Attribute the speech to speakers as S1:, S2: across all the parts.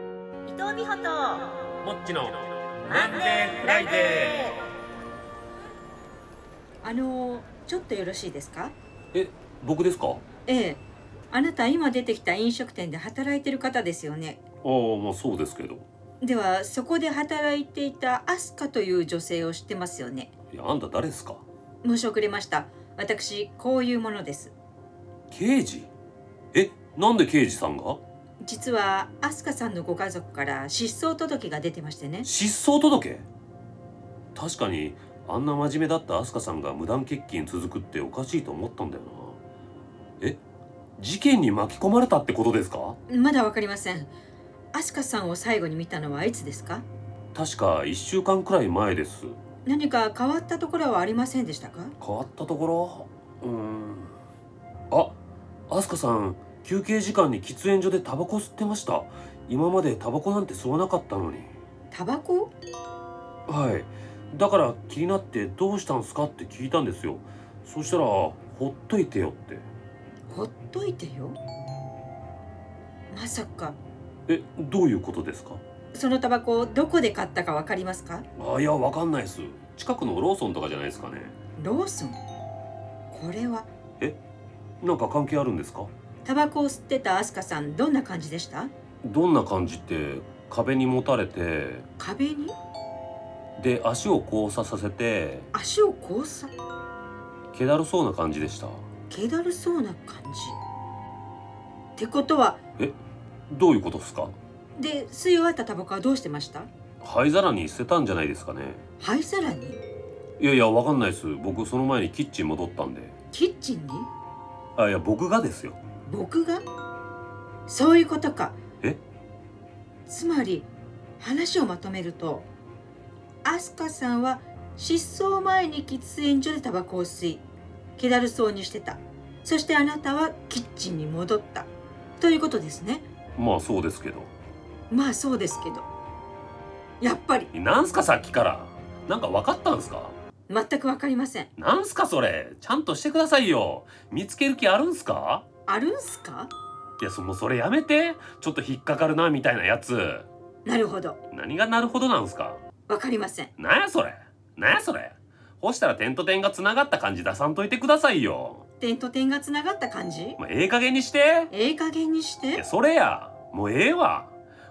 S1: 藤美穂と
S2: もっちの
S1: マンデーフライデ
S3: あのちょっとよろしいですか
S2: え僕ですかあ
S3: ええあなた今出てきた飲食店で働いてる方ですよね
S2: あまあそうですけど
S3: ではそこで働いていたアスカという女性を知ってますよね
S2: いやあんた誰ですか
S3: 申し遅れました私こういうものです
S2: 刑事えなんで刑事さんが
S3: 実はアスカさんのご家族から失踪届が出てましてね
S2: 失踪届確かにあんな真面目だったアスカさんが無断欠勤続くっておかしいと思ったんだよなえ事件に巻き込まれたってことですか
S3: まだわかりませんアスカさんを最後に見たのはいつですか
S2: 確か1週間くらい前です
S3: 何か変わったところはありませんでしたか
S2: 変わったところうーんあアスカさん休憩時間に喫煙所でタバコ吸ってました今までタバコなんて吸わなかったのに
S3: タバコ
S2: はいだから気になって「どうしたんすか?」って聞いたんですよそしたら「ほっといてよ」って
S3: ほっといてよまさか
S2: えどういうことですか
S3: そのタバコをどこで買ったかわかりますか
S2: あいやわかんないっす近くのローソンとかじゃないですかね
S3: ローソンこれは
S2: なんか関係あるんですか
S3: タバコを吸ってたアスカさんどんな感じでした
S2: どんな感じって壁にもたれて
S3: 壁に
S2: で足を交差させて
S3: 足を交差
S2: 気だるそうな感じでした
S3: 気だるそうな感じってことは
S2: どういうことですか
S3: で吸い終わったタバコはどうしてました
S2: 灰皿に捨てたんじゃないですかね
S3: 灰皿に
S2: いやいやわかんないです僕その前にキッチン戻ったんで
S3: キッチンに
S2: あいや僕がですよ
S3: 僕がそういうことか
S2: え
S3: つまり話をまとめるとアスカさんは失踪前に喫煙所でタバコを吸い気だるそうにしてたそしてあなたはキッチンに戻ったということですね
S2: まあそうですけど
S3: まあそうですけどやっぱり
S2: なんすかさっきからなんか分かったんすか
S3: 全く分かりません
S2: なんすかそれちゃんとしてくださいよ見つける気あるんすか
S3: あるんすか
S2: いやそもうそれやめてちょっと引っかかるなみたいなやつ
S3: なるほど
S2: 何がなるほどなんすか
S3: 分かりません
S2: なんやそれなんやそれ干したら点と点がつながった感じ出さんといてくださいよ、
S3: 点と点がつながった感じ
S2: まあ、ええ加減にして
S3: ええ加減にし
S2: い
S3: て
S2: やそれやもうええわ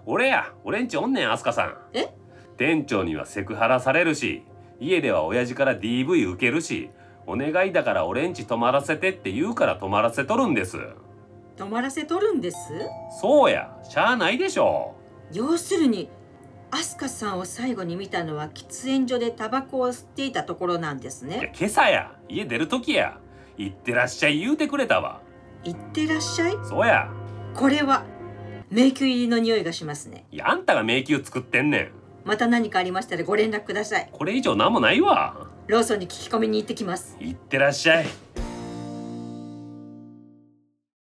S2: 俺や俺んちおんねんアスカさん
S3: え
S2: 店長にはセクハラされるし家では親父から DV 受けるしお願いだから俺んち泊まらせてって言うから泊まらせとるんです
S3: 止まらせとるんです
S2: そうやしゃあないでしょ
S3: 要するにアスカさんを最後に見たのは喫煙所でタバコを吸っていたところなんです
S2: いや
S3: ね
S2: 今朝や家出る時や行ってらっしゃい言うてくれたわ
S3: いってらっしゃい
S2: そうや
S3: これは迷宮入りの匂いがしますね
S2: いやあんたが迷宮作ってんねん
S3: また何かありましたらご連絡ください
S2: これ以上なんもないわ
S3: ローソンに聞き込みに行ってきます
S2: 行ってらっしゃい